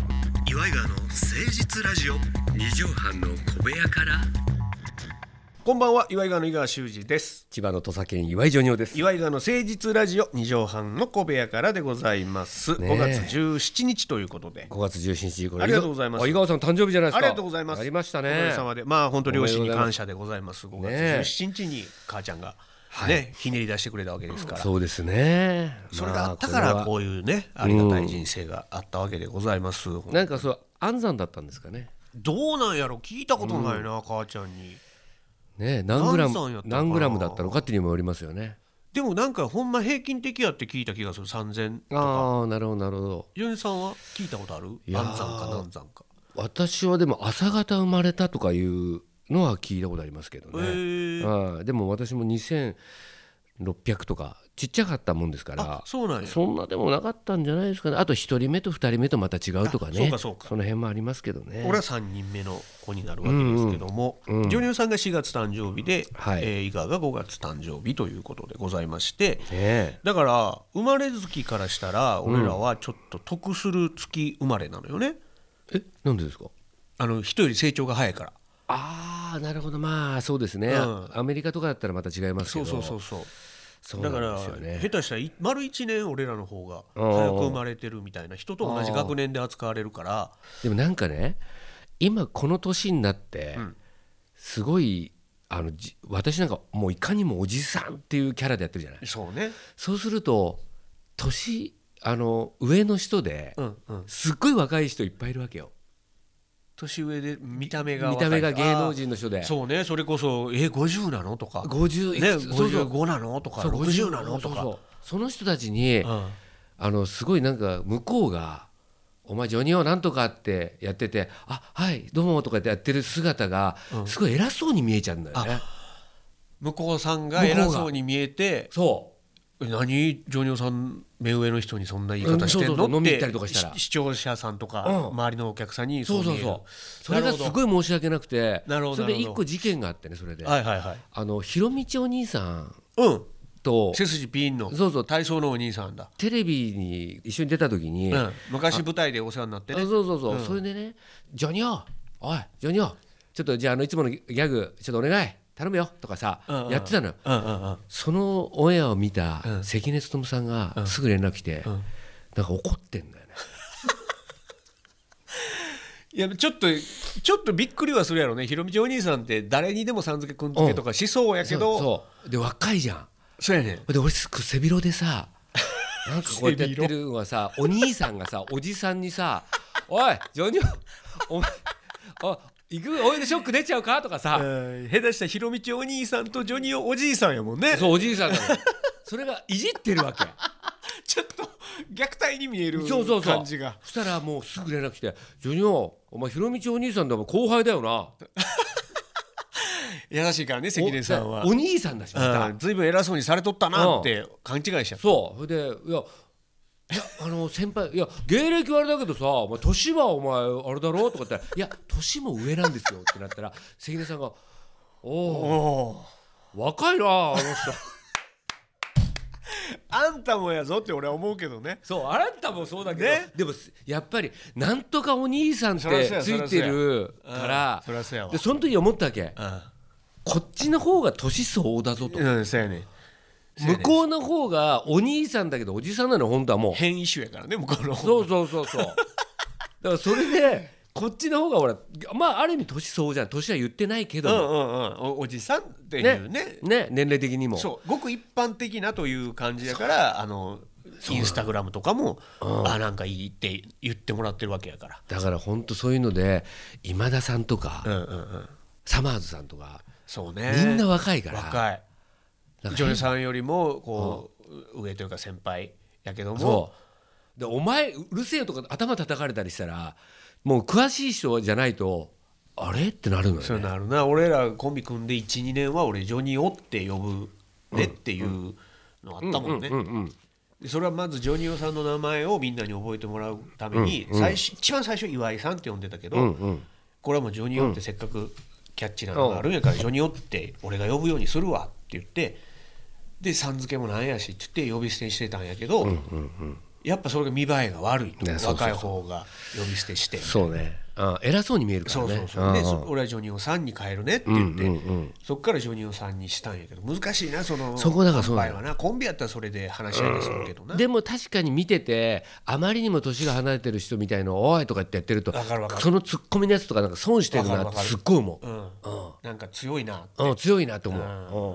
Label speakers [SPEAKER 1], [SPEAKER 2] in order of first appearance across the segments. [SPEAKER 1] イガーの誠実ラジオ
[SPEAKER 2] 二畳半の小部屋から
[SPEAKER 1] こんばんは岩井川の井川修司です
[SPEAKER 2] 千葉の土佐県岩井ジョニオです
[SPEAKER 1] 岩井川の誠実ラジオ二畳半の小部屋からでございます、
[SPEAKER 2] ねえ
[SPEAKER 1] 5月17日ということで
[SPEAKER 2] 5月17日これ
[SPEAKER 1] ありがとうございます
[SPEAKER 2] あ井川さん誕生日じゃないですか
[SPEAKER 1] ありがとうございます
[SPEAKER 2] ありましたね
[SPEAKER 1] おかげさまでまあ本当両親に感謝でございます5月17日に母ちゃんがねひねり出してくれたわけですから
[SPEAKER 2] そうですね
[SPEAKER 1] それがあった
[SPEAKER 2] ま
[SPEAKER 1] か
[SPEAKER 2] あこれ
[SPEAKER 1] ら
[SPEAKER 2] は
[SPEAKER 1] こういうねありがたい人生があったわけでございます、
[SPEAKER 2] なんかそう安産だったんですかね
[SPEAKER 1] どうなんやろ聞いたことないな、母ちゃんに
[SPEAKER 2] ね何グラ
[SPEAKER 1] 安産やったの
[SPEAKER 2] ム
[SPEAKER 1] かな
[SPEAKER 2] 何グラムだったのかっていうにもよりますよね
[SPEAKER 1] でもなんかほんま平均的やって聞いた気がする3000
[SPEAKER 2] ああなるほどなるほど
[SPEAKER 1] ヨネさんは聞いたことある安
[SPEAKER 2] やー
[SPEAKER 1] 産か難産か
[SPEAKER 2] 私はでも朝方生まれたとかいうのは聞いたことありますけど
[SPEAKER 1] へ
[SPEAKER 2] ね、
[SPEAKER 1] ー
[SPEAKER 2] ああでも私も2600とかちっちゃかったもんですから
[SPEAKER 1] あそうなんや
[SPEAKER 2] そんなでもなかったんじゃないですかねあと1人目と2人目とまた違うとかね
[SPEAKER 1] あそうかそうか
[SPEAKER 2] の辺もありますけどね
[SPEAKER 1] 俺は3人目の子になるわけですけども、ジョニオさんが4月誕生日で、
[SPEAKER 2] はい
[SPEAKER 1] えー伊賀が5月誕生日ということでございまして
[SPEAKER 2] ね
[SPEAKER 1] だから生まれ月からしたら俺らはちょっと得する月生まれなのよね、
[SPEAKER 2] ええなんでですか
[SPEAKER 1] あの人より成長が早いから
[SPEAKER 2] ああなるほどまあそうですね、
[SPEAKER 1] うん
[SPEAKER 2] アメリカとかだったらまた違います
[SPEAKER 1] そう
[SPEAKER 2] けど
[SPEAKER 1] そうそうそう
[SPEAKER 2] そうな
[SPEAKER 1] だか
[SPEAKER 2] ん
[SPEAKER 1] ら、
[SPEAKER 2] ですよね
[SPEAKER 1] 下手したらい丸1年俺らの方が
[SPEAKER 2] うん
[SPEAKER 1] 早く生まれてるみたいな人と同じ学年で扱われるから
[SPEAKER 2] でもなんかね今この年になって、すごいあのじ私なんかもういかにもおじさんっていうキャラでやってるじゃない
[SPEAKER 1] そうね
[SPEAKER 2] そうすると年あの上の人で、
[SPEAKER 1] うんうん
[SPEAKER 2] すっごい若い人いっぱいいるわけよ
[SPEAKER 1] 年上で見た目が
[SPEAKER 2] 見
[SPEAKER 1] 若い
[SPEAKER 2] た目が芸能人の人で
[SPEAKER 1] あーそうねそれこそえ50なのとか
[SPEAKER 2] 50い
[SPEAKER 1] ね
[SPEAKER 2] くつそうそう
[SPEAKER 1] 55なのとか
[SPEAKER 2] そう
[SPEAKER 1] 60なのと
[SPEAKER 2] そう
[SPEAKER 1] か
[SPEAKER 2] そうその人たちに、
[SPEAKER 1] うん
[SPEAKER 2] あのすごいなんか向こうが「お前ジョニオなんとか」ってやってて「あはいどうも」とかってやってる姿がすごい偉そうに見えちゃうんだよね、
[SPEAKER 1] 向こうさんが偉そうに見えて
[SPEAKER 2] そう
[SPEAKER 1] 何ジョニオさん目上の人にそんな言い方してんの、
[SPEAKER 2] うんそうそうそう
[SPEAKER 1] っ
[SPEAKER 2] 飲
[SPEAKER 1] て
[SPEAKER 2] み行ったりとかしたら
[SPEAKER 1] し視聴者さんとか、
[SPEAKER 2] うん
[SPEAKER 1] 周りのお客さんに
[SPEAKER 2] そ
[SPEAKER 1] 見え
[SPEAKER 2] うそ
[SPEAKER 1] る
[SPEAKER 2] うそうそれがすごい申し訳なくて
[SPEAKER 1] なるほど
[SPEAKER 2] それで
[SPEAKER 1] なる
[SPEAKER 2] 一
[SPEAKER 1] ほど
[SPEAKER 2] 個事件があってねそれで
[SPEAKER 1] はいはいはい
[SPEAKER 2] あのひろみちお兄さん
[SPEAKER 1] うん
[SPEAKER 2] と
[SPEAKER 1] 背筋ピンの
[SPEAKER 2] そうそう
[SPEAKER 1] 体操のお兄さんだ、
[SPEAKER 2] テレビに一緒に出た時に、
[SPEAKER 1] うん、昔舞台でお世話になって
[SPEAKER 2] あ
[SPEAKER 1] ね
[SPEAKER 2] そうそうそう、それでね「ジョニオおいジョニオちょっとじゃああのいつものギャグちょっとお願い頼むよ」とかさ、
[SPEAKER 1] うんうん
[SPEAKER 2] やってたのよ
[SPEAKER 1] うんうんうん
[SPEAKER 2] そのオンエアを見た
[SPEAKER 1] うん
[SPEAKER 2] 関根勤さんがすぐ連絡来て、
[SPEAKER 1] ん
[SPEAKER 2] なんか怒ってんだよね
[SPEAKER 1] いやちょっとちょっとびっくりはするやろねひろみちお兄さんって誰にでもさん付けくん付けとかしそうやけど、そう
[SPEAKER 2] そうで若いじゃん
[SPEAKER 1] やねん
[SPEAKER 2] で俺すく背広で さなんかこうやってやってるのはさお兄さんがさおじさんに さ「おいジョニオお前あ行くオイルショック出ちゃうか?」とかさ、
[SPEAKER 1] うん下手したひろみちお兄さんとジョニオおじいさんやもんね
[SPEAKER 2] そうおじいさんなのよそれがいじってるわけ
[SPEAKER 1] ちょっと虐待に見える
[SPEAKER 2] そうそうそう
[SPEAKER 1] 感じが
[SPEAKER 2] そしたらもうすぐ連絡来て「ジョニオお前ひろみちお兄さんだもん後輩だよな」
[SPEAKER 1] 優しいからね関根さんは
[SPEAKER 2] おお兄さんだしまた
[SPEAKER 1] うん随分偉そうにされとったなって勘違いしちゃった
[SPEAKER 2] そうそれでいやいやあの先輩いや芸歴はあれだけどさお前年はお前あれだろとか言ったら「いや年も上なんですよ」ってなったら 関根さんが「おお
[SPEAKER 1] おー
[SPEAKER 2] 若いなあの人」
[SPEAKER 1] あんたもやぞって俺は思うけどね
[SPEAKER 2] そうあなたもそうだけど、
[SPEAKER 1] ね
[SPEAKER 2] でもすやっぱりなんとかお兄さんっ
[SPEAKER 1] そらそう
[SPEAKER 2] て
[SPEAKER 1] や
[SPEAKER 2] ついてるから
[SPEAKER 1] そりゃそうやわ
[SPEAKER 2] でその時思ったわけこっちの方が年相応だぞと
[SPEAKER 1] うん、うん、そうやね
[SPEAKER 2] 向こうの方がお兄さんだけどおじさんなの本当はもう
[SPEAKER 1] 変異種やからね向こうの方
[SPEAKER 2] そうそうそうそうだからそれでこっちの方がほらまあある意味年相応じゃん年は言ってないけ
[SPEAKER 1] うんうん
[SPEAKER 2] ど、
[SPEAKER 1] うんおおじさんっていうね
[SPEAKER 2] ね年齢的にも
[SPEAKER 1] そうごく一般的なという感じやからあのインスタグラムとかもあなんかいいって言ってもらってるわけやから
[SPEAKER 2] だから本当そういうので今田さんとか、
[SPEAKER 1] うんうんうん
[SPEAKER 2] サマーズさんとか
[SPEAKER 1] そうね
[SPEAKER 2] みんな若いから
[SPEAKER 1] 若い
[SPEAKER 2] なんか
[SPEAKER 1] 女優さんよりもこう上というか先輩やけども
[SPEAKER 2] そうでお前うるせえよとか頭叩かれたりしたらもう詳しい人じゃないとあれってなるのよ
[SPEAKER 1] そう
[SPEAKER 2] ね
[SPEAKER 1] なるな俺らコンビ組んで12年は俺ジョニオって呼ぶねっていうのあったもんね
[SPEAKER 2] うんうん
[SPEAKER 1] でそれはまずジョニオさんの名前をみんなに覚えてもらうために最初一番最初岩井さんって呼んでたけど、
[SPEAKER 2] うんうん
[SPEAKER 1] これはもうジョニオってせっかくキャッチーなのがあるんやから、ジョニオって俺が呼ぶようにするわって言ってでさん付けもなんやしって言って呼び捨てにしてたんやけど、やっぱそれが見栄えが悪いと、
[SPEAKER 2] ねそうそうそ
[SPEAKER 1] 若
[SPEAKER 2] う
[SPEAKER 1] い方が呼び捨てして
[SPEAKER 2] そうね、うん、偉そうに見えるか
[SPEAKER 1] そ
[SPEAKER 2] ら
[SPEAKER 1] う
[SPEAKER 2] ね
[SPEAKER 1] そうそうで
[SPEAKER 2] ん
[SPEAKER 1] そ俺はジョニオさんに変えるねって
[SPEAKER 2] うん
[SPEAKER 1] 言って、
[SPEAKER 2] うんうん
[SPEAKER 1] そっからジョニオさんにしたんやけど難しいなその
[SPEAKER 2] そこだからそうなの
[SPEAKER 1] 乾杯はなコンビやったらそれで話し合いでするけどな、
[SPEAKER 2] でも確かに見ててあまりにも年が離れてる人みたいのを「おい!」とか言ってやってると
[SPEAKER 1] わかるわかる
[SPEAKER 2] そのツッコミのやつとかなんか損してる
[SPEAKER 1] わか
[SPEAKER 2] な
[SPEAKER 1] る
[SPEAKER 2] っ
[SPEAKER 1] わ
[SPEAKER 2] て
[SPEAKER 1] かる
[SPEAKER 2] すっごい思
[SPEAKER 1] う
[SPEAKER 2] う。
[SPEAKER 1] ん、
[SPEAKER 2] うん
[SPEAKER 1] なんか強いな
[SPEAKER 2] うん、強いなと思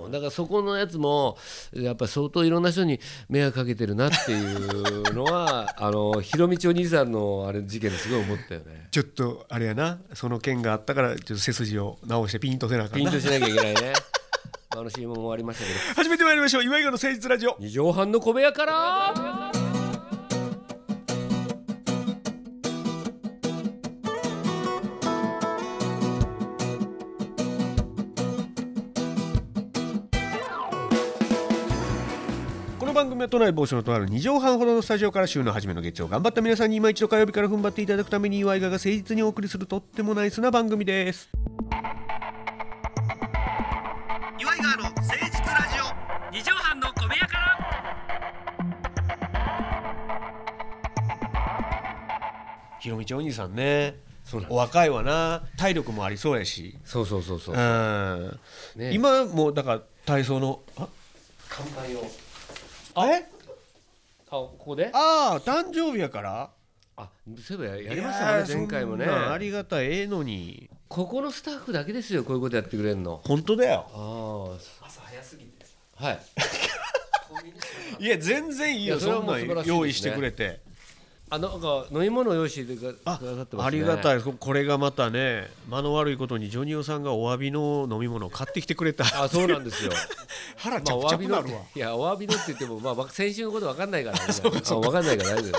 [SPEAKER 2] う、うん、だからそこのやつもやっぱ相当いろんな人に迷惑かけてるなっていうのは あのひろみちお兄さんのあれ事件ですごい思ったよね
[SPEAKER 1] ちょっとあれやなその件があったからちょっと背筋を直してピンとせなあか
[SPEAKER 2] ピンとしなきゃいけないね あの CM も終わりましたけど
[SPEAKER 1] 始めてまいりましょう岩井川の誠実ラジオ
[SPEAKER 2] 二畳半の小部屋から。
[SPEAKER 1] この番組は都内某所のとある2畳半ほどのスタジオから週の初めの月曜頑張った皆さんに今一度火曜日から踏ん張っていただくために岩井川が誠実にお送りするとってもナイスな番組です岩井川の誠実ラジオ
[SPEAKER 2] 二畳半の小部屋から。
[SPEAKER 1] ひろみちお兄さんね
[SPEAKER 2] そうなんです
[SPEAKER 1] お若いわな体力もありそうやし
[SPEAKER 2] そうそうそうそう
[SPEAKER 1] ん、
[SPEAKER 2] う。ね
[SPEAKER 1] 今もうだから体操のあ
[SPEAKER 2] 乾杯を。
[SPEAKER 1] あれ
[SPEAKER 2] 顔ここで。
[SPEAKER 1] ああ誕生日やから
[SPEAKER 2] あ、そういえばややりましたもん
[SPEAKER 1] いや
[SPEAKER 2] ね
[SPEAKER 1] ー
[SPEAKER 2] 前回もね
[SPEAKER 1] そん。なんありがたいええのに
[SPEAKER 2] ここのスタッフだけですよこういうことやってくれるの。
[SPEAKER 1] 本当だよ
[SPEAKER 2] ああ。
[SPEAKER 3] 朝早すぎてさ
[SPEAKER 2] はい。
[SPEAKER 3] コンビニしかなかっ
[SPEAKER 1] いや全然いい
[SPEAKER 2] い
[SPEAKER 1] よ
[SPEAKER 2] やそれは
[SPEAKER 1] そん
[SPEAKER 2] も
[SPEAKER 1] な
[SPEAKER 2] う素晴らしい
[SPEAKER 1] ん
[SPEAKER 2] ですね
[SPEAKER 1] 用意してくれて
[SPEAKER 2] あなんか飲み物を用意してくだ
[SPEAKER 1] あ
[SPEAKER 2] くださってますね。
[SPEAKER 1] ありがた
[SPEAKER 2] い。
[SPEAKER 1] いここれがまたね間の悪いことにジョニオさんがお詫びの飲み物を買ってきてくれた
[SPEAKER 2] あそうなんですよ。
[SPEAKER 1] 腹ち
[SPEAKER 2] まあ
[SPEAKER 1] ゃ
[SPEAKER 2] お
[SPEAKER 1] くち
[SPEAKER 2] 詫
[SPEAKER 1] ゃく
[SPEAKER 2] び
[SPEAKER 1] な
[SPEAKER 2] の
[SPEAKER 1] るわ
[SPEAKER 2] いやお詫びのって言ってもまあわ先週のことわかんないからね。あわかんないから大丈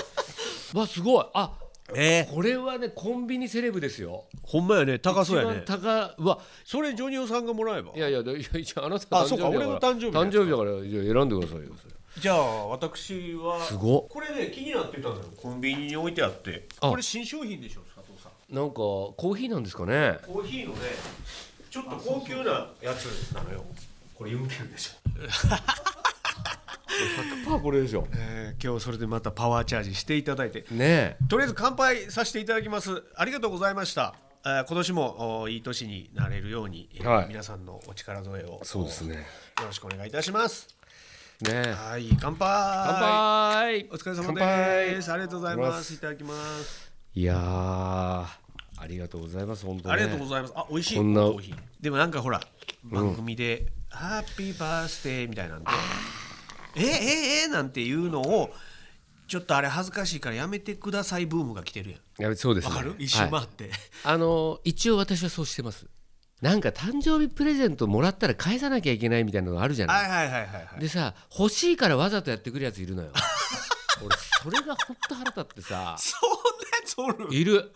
[SPEAKER 2] 夫。わすごい。あ
[SPEAKER 1] え
[SPEAKER 2] これはねコンビニセレブですよ。
[SPEAKER 1] ほんまやね高そうやね
[SPEAKER 2] 一番高うわ
[SPEAKER 1] それジョニオさんがもらえば
[SPEAKER 2] いやいやいやいやあなた
[SPEAKER 1] あ
[SPEAKER 2] 誕生
[SPEAKER 1] そうか
[SPEAKER 2] 日だから
[SPEAKER 1] 俺の誕生日だ
[SPEAKER 2] 誕生日だからじゃあ選んでくださいよそれ
[SPEAKER 1] じゃあ私は
[SPEAKER 2] すごっ
[SPEAKER 1] これね気になってたんだよコンビニに置いてあって
[SPEAKER 2] あ
[SPEAKER 1] これ新商品でしょ佐藤さん
[SPEAKER 2] なんかコーヒーなんですかね
[SPEAKER 1] コーヒーのねちょっと高級なやつなのよこれ4級でしょ
[SPEAKER 2] パーこれでしょ
[SPEAKER 1] えー今日それでまたパワーチャージしていただいて
[SPEAKER 2] ねえ
[SPEAKER 1] とりあえず乾杯させていただきますありがとうございました、えー今年もおいい年になれるように、えー
[SPEAKER 2] はい
[SPEAKER 1] 皆さんのお力添えを
[SPEAKER 2] ねね
[SPEAKER 1] よろしくお願いいたします
[SPEAKER 2] え
[SPEAKER 1] はい乾杯
[SPEAKER 2] 乾杯
[SPEAKER 1] お疲れ様
[SPEAKER 2] 乾杯
[SPEAKER 1] ですありがとうございますいただきます
[SPEAKER 2] いやーありがとうございます本当ね
[SPEAKER 1] ありがとうございますあ美味しい
[SPEAKER 2] こんな
[SPEAKER 1] コーヒーでもなんかほら番組で、ハッピーバースデーみたいなんでえー、えー、えー、なんていうのをちょっとあれ恥ずかしいからやめてくださいブームが来てるやん
[SPEAKER 2] やべそうですね
[SPEAKER 1] わか る一周
[SPEAKER 2] は
[SPEAKER 1] 回
[SPEAKER 2] い
[SPEAKER 1] って、
[SPEAKER 2] あの一応私はそうしてますなんか誕生日プレゼントもらったら返さなきゃいけないみたいなのがあるじゃない
[SPEAKER 1] はい、はいはいはいはい
[SPEAKER 2] でさ欲しいからわざとやってくるやつ いるのよ俺それが本当腹立ってさ
[SPEAKER 1] そんなやつおる
[SPEAKER 2] いる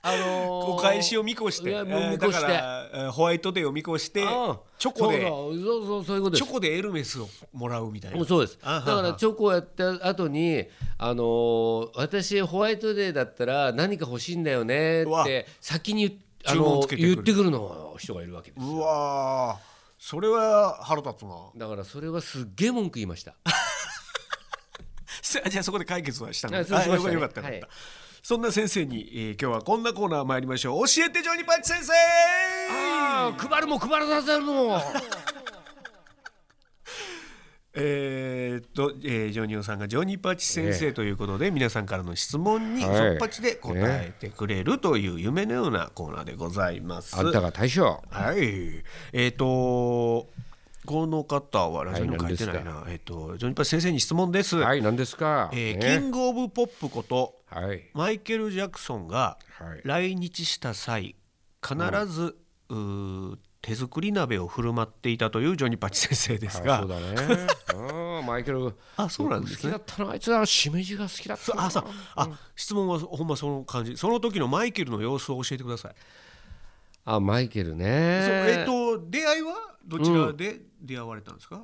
[SPEAKER 2] あ のー
[SPEAKER 1] お返しを見越して
[SPEAKER 2] いやもう見越
[SPEAKER 1] えーだ
[SPEAKER 2] して
[SPEAKER 1] からえーホワイトデーを見越して
[SPEAKER 2] うん
[SPEAKER 1] チョコで
[SPEAKER 2] そうそうそうそうそういうことで
[SPEAKER 1] チ
[SPEAKER 2] す
[SPEAKER 1] ョコでエルメスをもらうみたい
[SPEAKER 2] も
[SPEAKER 1] な
[SPEAKER 2] うそうです
[SPEAKER 1] あは
[SPEAKER 2] だ
[SPEAKER 1] は
[SPEAKER 2] からチョコをやった後にあのー私ホワイトデーだったら何か欲しいんだよね
[SPEAKER 1] うわ
[SPEAKER 2] って先に言,、あ
[SPEAKER 1] 注文つ
[SPEAKER 2] のー
[SPEAKER 1] けてくる
[SPEAKER 2] 言ってくるの人がいるわけです
[SPEAKER 1] うわーそれは腹立つな
[SPEAKER 2] だからそれはすっげえ文句言いました
[SPEAKER 1] せ じゃあそこで解決はしたの
[SPEAKER 2] あそうしましたね
[SPEAKER 1] あよかったよかった、
[SPEAKER 2] はい
[SPEAKER 1] そんな先生に、えー今日はこんなコーナー参りましょう教えてジョニーパッチ先生
[SPEAKER 2] ああ配るも配らさせるも
[SPEAKER 1] えーっと、えージョニオさんがジョニーパチ先
[SPEAKER 2] え
[SPEAKER 1] 生ということで、皆さんからの質問に
[SPEAKER 2] はい
[SPEAKER 1] そっぱちで答えてくれるという夢のようなコーナーでございます。
[SPEAKER 2] が大将
[SPEAKER 1] はい。えーっとこの方はラジオにも書いてないな。えーっとジョニーパチ先生に質問です。
[SPEAKER 2] い何ですか
[SPEAKER 1] えーキングオブポップこと
[SPEAKER 2] はい
[SPEAKER 1] マイケル・ジャクソンが
[SPEAKER 2] はい
[SPEAKER 1] 来日した際必ず、うー手作り鍋を振る舞っていたというジョニパチ先生ですが、
[SPEAKER 2] そうだね うんマイケル
[SPEAKER 1] あそうなんですね
[SPEAKER 2] 好きだったなあいつはしめじが好きだったな
[SPEAKER 1] あそうあ質問はほんまその感じその時のマイケルの様子を教えてください、
[SPEAKER 2] あマイケルね
[SPEAKER 1] そうえっ、と出会いはどちらで出会われたんですか、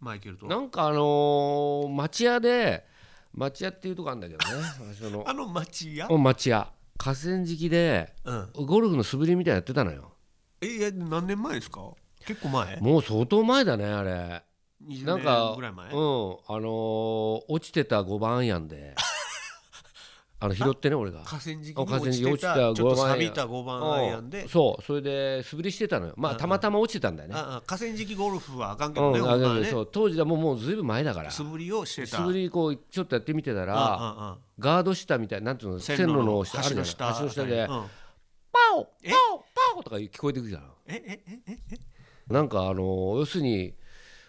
[SPEAKER 1] マイケルと
[SPEAKER 2] なんかあのー町屋で町屋っていうとこあるんだけど ねその
[SPEAKER 1] あの町屋、
[SPEAKER 2] お町屋河川敷で
[SPEAKER 1] うん、
[SPEAKER 2] ゴルフの素振りみたいなのやってたのよ
[SPEAKER 1] えいや何年前ですか結構前
[SPEAKER 2] もう相当前だねあれ
[SPEAKER 1] 20
[SPEAKER 2] なんか
[SPEAKER 1] 年ぐらい前
[SPEAKER 2] うんあのー落ちてた5番や んであの拾ってね俺が
[SPEAKER 1] 河川敷に
[SPEAKER 2] あ河川
[SPEAKER 1] 落ち
[SPEAKER 2] 敷に
[SPEAKER 1] て
[SPEAKER 2] 落ち
[SPEAKER 1] た
[SPEAKER 2] た
[SPEAKER 1] ちょっと
[SPEAKER 2] 5番アイアン
[SPEAKER 1] 錆びた5番アイアン
[SPEAKER 2] う
[SPEAKER 1] で
[SPEAKER 2] ん、そうそれで素振りしてたのよまあたまたま落ちてたんだよね
[SPEAKER 1] ああ河川敷ゴルフはあかんけ
[SPEAKER 2] う
[SPEAKER 1] ど
[SPEAKER 2] ん
[SPEAKER 1] ね、ほ
[SPEAKER 2] あ
[SPEAKER 1] んまは
[SPEAKER 2] で
[SPEAKER 1] ね
[SPEAKER 2] そう当時だもうもうずいぶん前だから
[SPEAKER 1] 素
[SPEAKER 2] 素
[SPEAKER 1] 振りをしてた
[SPEAKER 2] 振りこうちょっとやってみてた
[SPEAKER 1] あ
[SPEAKER 2] ら
[SPEAKER 1] ああ
[SPEAKER 2] ガード下みたいなんていうの線
[SPEAKER 1] 線路
[SPEAKER 2] 路
[SPEAKER 1] の
[SPEAKER 2] の下あ
[SPEAKER 1] 橋
[SPEAKER 2] る
[SPEAKER 1] の
[SPEAKER 2] じゃ
[SPEAKER 1] 下
[SPEAKER 2] ない橋の下で、
[SPEAKER 1] うん
[SPEAKER 2] パオパオパオとか聞こえてくるじゃん
[SPEAKER 1] ええええ
[SPEAKER 2] なんかあの要するに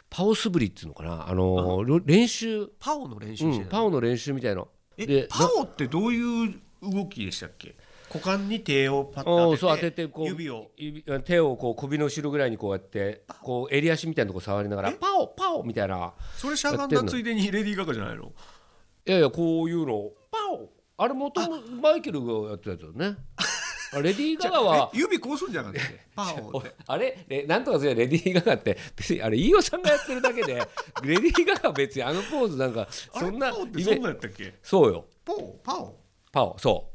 [SPEAKER 2] パオ素振りっていうのかなあのろ練習、
[SPEAKER 1] パオの練
[SPEAKER 2] う
[SPEAKER 1] 習して
[SPEAKER 2] ん、
[SPEAKER 1] た
[SPEAKER 2] パオの練習みたいの
[SPEAKER 1] え
[SPEAKER 2] な
[SPEAKER 1] パオってどういう動きでしたっけ股間に手をパッ
[SPEAKER 2] お
[SPEAKER 1] と
[SPEAKER 2] うそう
[SPEAKER 1] 当
[SPEAKER 2] 当
[SPEAKER 1] て
[SPEAKER 2] て
[SPEAKER 1] て
[SPEAKER 2] てこう
[SPEAKER 1] 指を
[SPEAKER 2] 指手をこう首の後ろぐらいにこうやってこう襟足みたいなとこ触りながらパオパオみたいな
[SPEAKER 1] それしゃがんだついでにレディー・ガガじゃないの
[SPEAKER 2] いやいやこういうのをパオあれ元もマイケルがやってたやつだよ ねあレディー・ガガは
[SPEAKER 1] え指こうするんじゃなくて パオ
[SPEAKER 2] お
[SPEAKER 1] って
[SPEAKER 2] あれえなんとかすれレディー・ガガって別にあれ飯尾さんがやってる だけでレディー・ガガは別にあのポーズなんか
[SPEAKER 1] あれ
[SPEAKER 2] そんな
[SPEAKER 1] パオって
[SPEAKER 2] イ
[SPEAKER 1] そ
[SPEAKER 2] メ
[SPEAKER 1] んなんやったっけ
[SPEAKER 2] そうよ
[SPEAKER 1] パオパオ
[SPEAKER 2] パオそ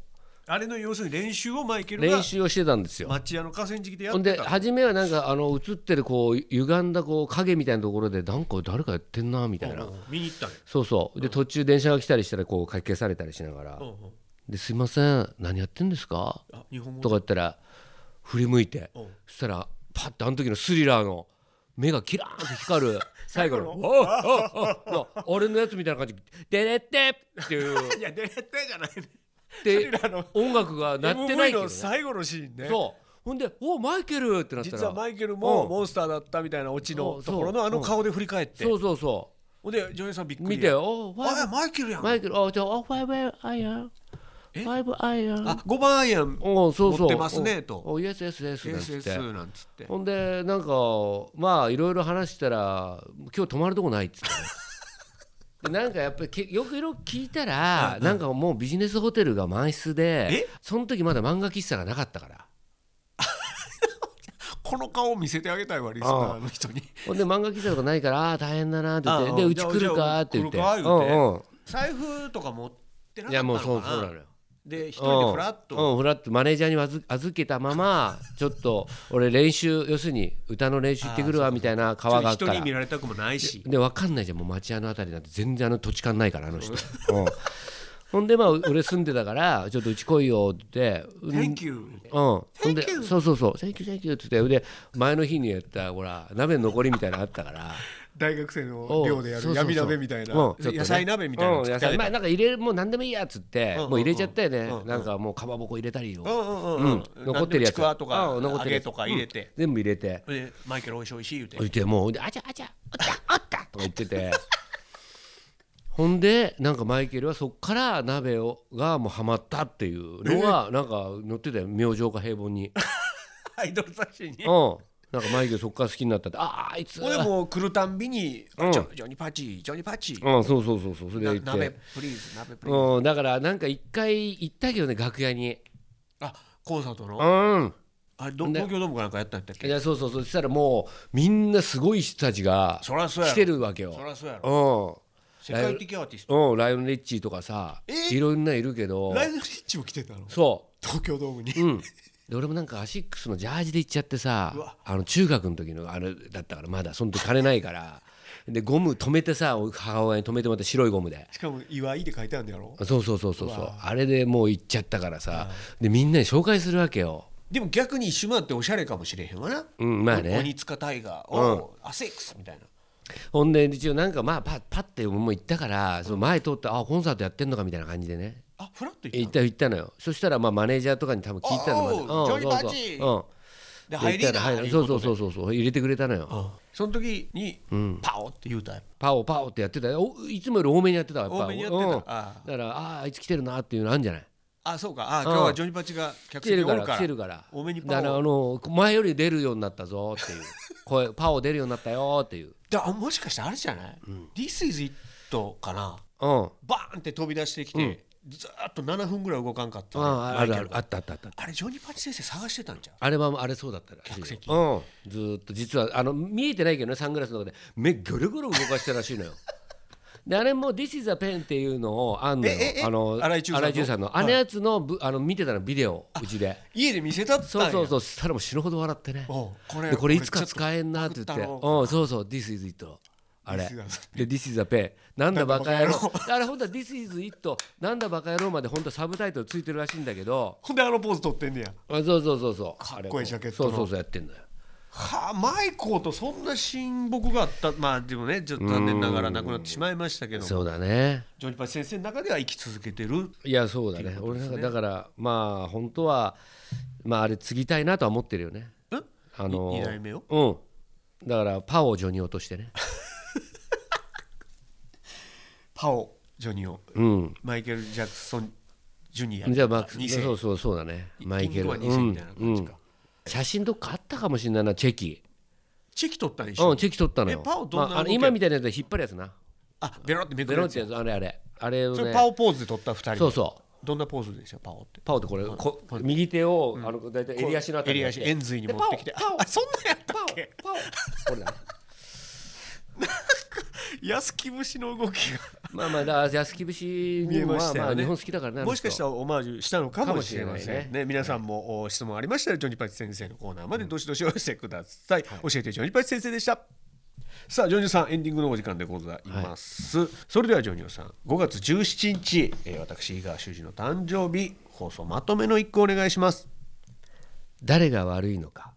[SPEAKER 1] あれの要するに練習をマイケ
[SPEAKER 2] う
[SPEAKER 1] ルが
[SPEAKER 2] 練習をしてたんですよ
[SPEAKER 1] 町屋の河川敷でや
[SPEAKER 2] ほ
[SPEAKER 1] っ
[SPEAKER 2] ん
[SPEAKER 1] て
[SPEAKER 2] で
[SPEAKER 1] た
[SPEAKER 2] 初めはなんかあの映ってるこう歪んだこう影みたいなところでなんか誰かやってんなみたいな
[SPEAKER 1] うんうん見に行ったね
[SPEAKER 2] そうそうで途中電車が来たりしたらこうかき消されたりしながら
[SPEAKER 1] うんうん
[SPEAKER 2] 「ですいません何やってんですか?」
[SPEAKER 1] あ日本語
[SPEAKER 2] とか言ったら振り向いて
[SPEAKER 1] うん
[SPEAKER 2] そしたらパッてあの時のスリラーの目がキラーンと光 る最後の「おうおうおうおう俺のやつみたいな感じ「でれって」って い う
[SPEAKER 1] いや、デレッテじゃ ないね。
[SPEAKER 2] で
[SPEAKER 1] あの、
[SPEAKER 2] 音楽が鳴ってな
[SPEAKER 1] MV
[SPEAKER 2] いけど、ね、
[SPEAKER 1] の
[SPEAKER 2] そう
[SPEAKER 1] 最後のシーンね。
[SPEAKER 2] ほんで「おうマイケル!」ってなったら
[SPEAKER 1] 実はマイケルも
[SPEAKER 2] うん
[SPEAKER 1] モンスターだったみたいなオチ
[SPEAKER 2] う
[SPEAKER 1] の
[SPEAKER 2] ん
[SPEAKER 1] ところ
[SPEAKER 2] そう
[SPEAKER 1] のあの顔で振り返って。
[SPEAKER 2] そうそうそ
[SPEAKER 1] ほんで、ジョイさんびっ
[SPEAKER 2] う
[SPEAKER 1] くり。
[SPEAKER 2] 見て。おうフ
[SPEAKER 1] あ、
[SPEAKER 2] ァイ
[SPEAKER 1] マイケルやん。
[SPEAKER 2] ブマ
[SPEAKER 1] あ、
[SPEAKER 2] イケルあじゃああファイブアイアンファイブアイアン
[SPEAKER 1] 5番アイアン、
[SPEAKER 2] おうそうそう
[SPEAKER 1] 持ってますねと
[SPEAKER 2] おうおうイエスイエスイエスなんつって
[SPEAKER 1] SS なんつって。
[SPEAKER 2] ほんでなんかまあいろいろ話したら「今日泊まるとこない」っつってね、 でなんかやっぱりけよくいろいろ聞いたらなんかもうビジネスホテルが満室でその時まだ漫画喫茶がなかったから
[SPEAKER 1] この顔を見せてあげたいわ、リスナーの人に。
[SPEAKER 2] ほんで漫画喫茶とかないから「ああー大変だな」って言っ
[SPEAKER 1] あ
[SPEAKER 2] て
[SPEAKER 1] あ
[SPEAKER 2] 「で
[SPEAKER 1] うん
[SPEAKER 2] うち来るか?」って言って「
[SPEAKER 1] じゃあうち来るか言うて
[SPEAKER 2] うんうん
[SPEAKER 1] 財布とか持ってなかっ
[SPEAKER 2] い
[SPEAKER 1] た
[SPEAKER 2] やも
[SPEAKER 1] の
[SPEAKER 2] うそう
[SPEAKER 1] か
[SPEAKER 2] そうな
[SPEAKER 1] な
[SPEAKER 2] の。よ
[SPEAKER 1] で、一
[SPEAKER 2] う
[SPEAKER 1] 人
[SPEAKER 2] ん
[SPEAKER 1] でフラッと。
[SPEAKER 2] うんフラッとマネージャーに預預けたままちょっと俺練習要するに歌の練習行ってくるわみたいな川があっ
[SPEAKER 1] ちょ
[SPEAKER 2] か
[SPEAKER 1] っと人
[SPEAKER 2] ら
[SPEAKER 1] に見られたくもないし。
[SPEAKER 2] で分かんないじゃんもう町屋のあたりなんて全然あの土地勘ないからあの人、 うんほんでまあ俺住んでたからちょっとうち来いよって言ってうん
[SPEAKER 1] Thank you。
[SPEAKER 2] うん、ほんでそうそうそう「センキューセンキュー」って言ってで前の日にやったほら鍋の残りみたいなのあったから
[SPEAKER 1] 大学生
[SPEAKER 2] お
[SPEAKER 1] の
[SPEAKER 2] う
[SPEAKER 1] 寮でや
[SPEAKER 2] そう
[SPEAKER 1] る
[SPEAKER 2] そうそう
[SPEAKER 1] 闇鍋みたいな。
[SPEAKER 2] うんちょっとね
[SPEAKER 1] 野菜鍋みたいな
[SPEAKER 2] う
[SPEAKER 1] の
[SPEAKER 2] ん
[SPEAKER 1] 作っ
[SPEAKER 2] 野
[SPEAKER 1] てあげ
[SPEAKER 2] 菜
[SPEAKER 1] た。
[SPEAKER 2] まあなんか入れるもう何でもいいやっつって、
[SPEAKER 1] んうん
[SPEAKER 2] もう入れちゃったよね、
[SPEAKER 1] うんうん
[SPEAKER 2] なんかもうかまぼこ入れたりよ、
[SPEAKER 1] うんうん
[SPEAKER 2] うん残ってるやつ
[SPEAKER 1] ちくわとか
[SPEAKER 2] うん残っ
[SPEAKER 1] 揚
[SPEAKER 2] てるや
[SPEAKER 1] げ
[SPEAKER 2] つ
[SPEAKER 1] とか入れて、
[SPEAKER 2] 全部入れて
[SPEAKER 1] でマイケルおいしいおいしい言うて
[SPEAKER 2] 言ってもう「あちゃあちゃおったおった」とか言って てほんでなんかマイケルはそっから鍋をがもうハマったっていうのがなんか載ってたよ明星か平凡に
[SPEAKER 1] アイドル雑誌に
[SPEAKER 2] う。んなんかマイケルそっから好きになったってあああいつ
[SPEAKER 1] ほんでもう来るたんびに、
[SPEAKER 2] うん
[SPEAKER 1] ジョジョニーパチジョニーパチ、
[SPEAKER 2] うんそうそうそうそうそれ
[SPEAKER 1] な
[SPEAKER 2] で言っ
[SPEAKER 1] 鍋
[SPEAKER 2] て
[SPEAKER 1] プリーズ鍋プリーズ、
[SPEAKER 2] うんだからなんか一回行ったけどね楽屋に
[SPEAKER 1] あコンサートの、
[SPEAKER 2] うん
[SPEAKER 1] あれど東京ドームかなんかやったんだっ
[SPEAKER 2] い
[SPEAKER 1] け
[SPEAKER 2] やそうそうそうそしたらもうみんなすごい人たちが
[SPEAKER 1] そらそうやろ
[SPEAKER 2] 来てるわけよ
[SPEAKER 1] そりゃそうやろ
[SPEAKER 2] う
[SPEAKER 1] 世界的アーティスト
[SPEAKER 2] んうんライオン・リッチーとかさ
[SPEAKER 1] え
[SPEAKER 2] いろんないるけど
[SPEAKER 1] ライオンリッチも来てたの
[SPEAKER 2] そう
[SPEAKER 1] 東京ドームに、
[SPEAKER 2] うん、で俺もなんかアシックスのジャージで行っちゃって
[SPEAKER 1] う
[SPEAKER 2] さ
[SPEAKER 1] わ
[SPEAKER 2] あの中学の時のあれだったからまだその時金ないから でゴム止めてさ母親に止めてもらって白いゴムで
[SPEAKER 1] しかも「祝い」って書いてあるんだやろ
[SPEAKER 2] そうそうそうそう
[SPEAKER 1] う
[SPEAKER 2] そう
[SPEAKER 1] わ
[SPEAKER 2] あれでもう行っちゃったからさでみんなに紹介するわけよ、
[SPEAKER 1] でも逆に一周回っておしゃれかもしれへんわな、
[SPEAKER 2] うん、まあね
[SPEAKER 1] 鬼塚大河、おうアセックスみたいな
[SPEAKER 2] ほんで一応なんかまあパッパッてもう行ったからその前通ってあコンサートやってんのかみたいな感じでね
[SPEAKER 1] あフラッと行
[SPEAKER 2] 行
[SPEAKER 1] っ
[SPEAKER 2] ったた行ったのよそしたらまあマネージャーとかに多分聞いたのまだ
[SPEAKER 1] お
[SPEAKER 2] う
[SPEAKER 1] うんジョニー
[SPEAKER 2] そう
[SPEAKER 1] パッチ
[SPEAKER 2] そううん
[SPEAKER 1] で
[SPEAKER 2] で
[SPEAKER 1] 入り
[SPEAKER 2] 行った
[SPEAKER 1] だ
[SPEAKER 2] ら入りそうそうそうそうそう入れてくれたのよ
[SPEAKER 1] その時にパオって言うたよ
[SPEAKER 2] パオパオってやってたよおいつもより多めにやってたわやっぱ
[SPEAKER 1] 多めにやってた
[SPEAKER 2] うんだ
[SPEAKER 1] あ
[SPEAKER 2] からああーあいつ来てるなっていうのあるんじゃない
[SPEAKER 1] あそうかあ今日はジョニーパチが客
[SPEAKER 2] 来
[SPEAKER 1] 席
[SPEAKER 2] て
[SPEAKER 1] に
[SPEAKER 2] る
[SPEAKER 1] お
[SPEAKER 2] か
[SPEAKER 1] る
[SPEAKER 2] ら
[SPEAKER 1] か
[SPEAKER 2] 来てる
[SPEAKER 1] ら
[SPEAKER 2] から
[SPEAKER 1] 多めに
[SPEAKER 2] だ
[SPEAKER 1] パ
[SPEAKER 2] から
[SPEAKER 1] オ
[SPEAKER 2] あの前より出るようになったぞっていう声パオ出るようになったよっていう
[SPEAKER 1] だあもしかしてあれじゃない「This is it」かな
[SPEAKER 2] うんあ
[SPEAKER 1] バーンって飛び出してきてずーっと7分ぐらい動かんかったね
[SPEAKER 2] ああ
[SPEAKER 1] マイ
[SPEAKER 2] る
[SPEAKER 1] ケ
[SPEAKER 2] あ
[SPEAKER 1] ル
[SPEAKER 2] る
[SPEAKER 1] が
[SPEAKER 2] あったあったあった
[SPEAKER 1] あれジョニーパチ先生探してたんじゃん
[SPEAKER 2] あれはあれそうだったらしいよ
[SPEAKER 1] 客席
[SPEAKER 2] うんずーっと実はあの見えてないけどねサングラスの中で目ぐるぐる動かしてたらしいのよ であれも「This is a pen」っていうのをあんのよ
[SPEAKER 1] えええ
[SPEAKER 2] あの
[SPEAKER 1] 荒井注さんの
[SPEAKER 2] 荒井注さんのあのやつのぶあの見てたのビデオうちで
[SPEAKER 1] 家で見せたったんや
[SPEAKER 2] そうそうそうそしたらもう死ぬほど笑ってね
[SPEAKER 1] おうこれ
[SPEAKER 2] でこれいつか
[SPEAKER 1] ちょっと
[SPEAKER 2] 使えんなって言って
[SPEAKER 1] 送ったろう
[SPEAKER 2] うんそうそう This is it あれ
[SPEAKER 4] This is
[SPEAKER 2] で「This is a pay」なんだバカ野
[SPEAKER 1] なんだ
[SPEAKER 2] 郎 あれ本当は「This is it」なんだバカ野郎まで本当はサブタイトルついてるらしいんだけど
[SPEAKER 1] ほんであのポーズ撮ってんねや
[SPEAKER 2] あそうそうそうそう
[SPEAKER 4] か
[SPEAKER 2] あ
[SPEAKER 4] っ
[SPEAKER 2] れ
[SPEAKER 4] こいいジャケットの
[SPEAKER 2] そうそうそうやってんだよ
[SPEAKER 1] はあマイコーとそんな親睦があったまあでもねちょっと残念ながら亡くなってしまいましたけどもジ
[SPEAKER 2] そ
[SPEAKER 1] ョ
[SPEAKER 2] うだね
[SPEAKER 1] ニーパイ先生の中では生き続けてる
[SPEAKER 2] いやそうだね
[SPEAKER 1] っていうこと
[SPEAKER 2] 俺
[SPEAKER 1] です
[SPEAKER 2] な
[SPEAKER 1] ね
[SPEAKER 2] んかだからまあ本当はまああれ継ぎたいなとは思ってるよね
[SPEAKER 1] え
[SPEAKER 2] あの
[SPEAKER 1] い二代目を
[SPEAKER 2] うんだからパオジョニオとしてね
[SPEAKER 1] パオジョニオ
[SPEAKER 2] うん
[SPEAKER 1] マイケル・ジャクソン・ジュニア
[SPEAKER 2] じゃあマック
[SPEAKER 1] 二
[SPEAKER 2] ス
[SPEAKER 1] 世
[SPEAKER 2] そうそうそうだねマイケル
[SPEAKER 1] キングは二世みたいな感じか
[SPEAKER 2] 写真どっかあったかもしれないなチェキ
[SPEAKER 1] チェキ取ったりし
[SPEAKER 2] うんチェキ取ったのよ
[SPEAKER 1] えパオどんな動き
[SPEAKER 2] まああの今みたいなやつで引っ張るやつな
[SPEAKER 1] あベロってめく
[SPEAKER 2] ベ
[SPEAKER 1] る
[SPEAKER 2] ロ
[SPEAKER 1] や
[SPEAKER 2] ンって
[SPEAKER 1] つ
[SPEAKER 2] やつあれあれあれを
[SPEAKER 1] そ
[SPEAKER 2] ね
[SPEAKER 1] れパオポーズで撮った2人
[SPEAKER 2] そうそう
[SPEAKER 1] どんなポーズでしたパオって
[SPEAKER 2] パオってこれこ右手をあのだいたい襟足のあたり
[SPEAKER 1] 襟足円髄に持ってきて
[SPEAKER 2] でパオ
[SPEAKER 1] あそんなんやったっ
[SPEAKER 2] パオ
[SPEAKER 1] け
[SPEAKER 2] パオ これだね
[SPEAKER 1] 安木節の動き
[SPEAKER 2] まあまあだから安木節
[SPEAKER 1] 見え
[SPEAKER 2] に
[SPEAKER 1] ま
[SPEAKER 2] ま
[SPEAKER 1] し
[SPEAKER 2] あ
[SPEAKER 1] たよね
[SPEAKER 2] まあ日本好きだからね
[SPEAKER 1] がもしかしたらオマージュしたのかもしれません
[SPEAKER 2] かもしれな
[SPEAKER 1] ね
[SPEAKER 2] い
[SPEAKER 1] 皆さんもお質問ありましたらジョニーパチ先生のコーナーまでどしどしお寄せください、教えてジョニーパチ先生でしたさあジョニオさんエンディングのお時間でございます、それではジョニオさん5月17日、えー私井川修司の誕生日放送まとめの一句お願いします
[SPEAKER 2] 誰が悪いのか、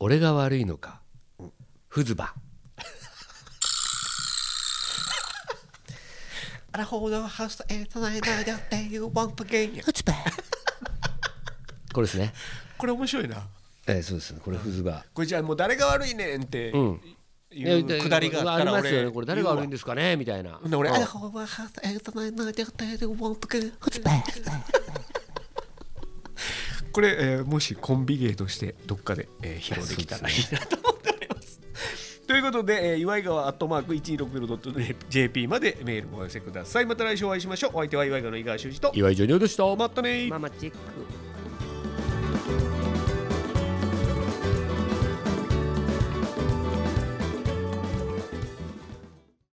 [SPEAKER 2] 俺が悪いのか、ふずば
[SPEAKER 1] あらほどハウスとエントナイナーだっていうワンパゲン
[SPEAKER 2] これですね、
[SPEAKER 1] これ面白いな
[SPEAKER 2] えー、そうですねこれふずば
[SPEAKER 1] これじゃあもう誰が悪いねんって
[SPEAKER 2] ん
[SPEAKER 1] いうくだりがあったら
[SPEAKER 2] あ
[SPEAKER 1] 俺
[SPEAKER 2] りますよねこれ誰が悪いんですかねみたいな
[SPEAKER 1] ほんで俺
[SPEAKER 2] うん
[SPEAKER 1] あらほどハウスとエントナイナーだっていうワンパゲンこれ、えーもしコンビ芸としてどっかで、えー披露できたらいいなと思っております。ということで、えー、岩井川アットマーク 1260.jp までメールをお寄せください。また来週お会いしましょう。お相手は岩井川の井川修司と、
[SPEAKER 2] 岩井ジョニオでした
[SPEAKER 1] まったねー
[SPEAKER 2] ママチェック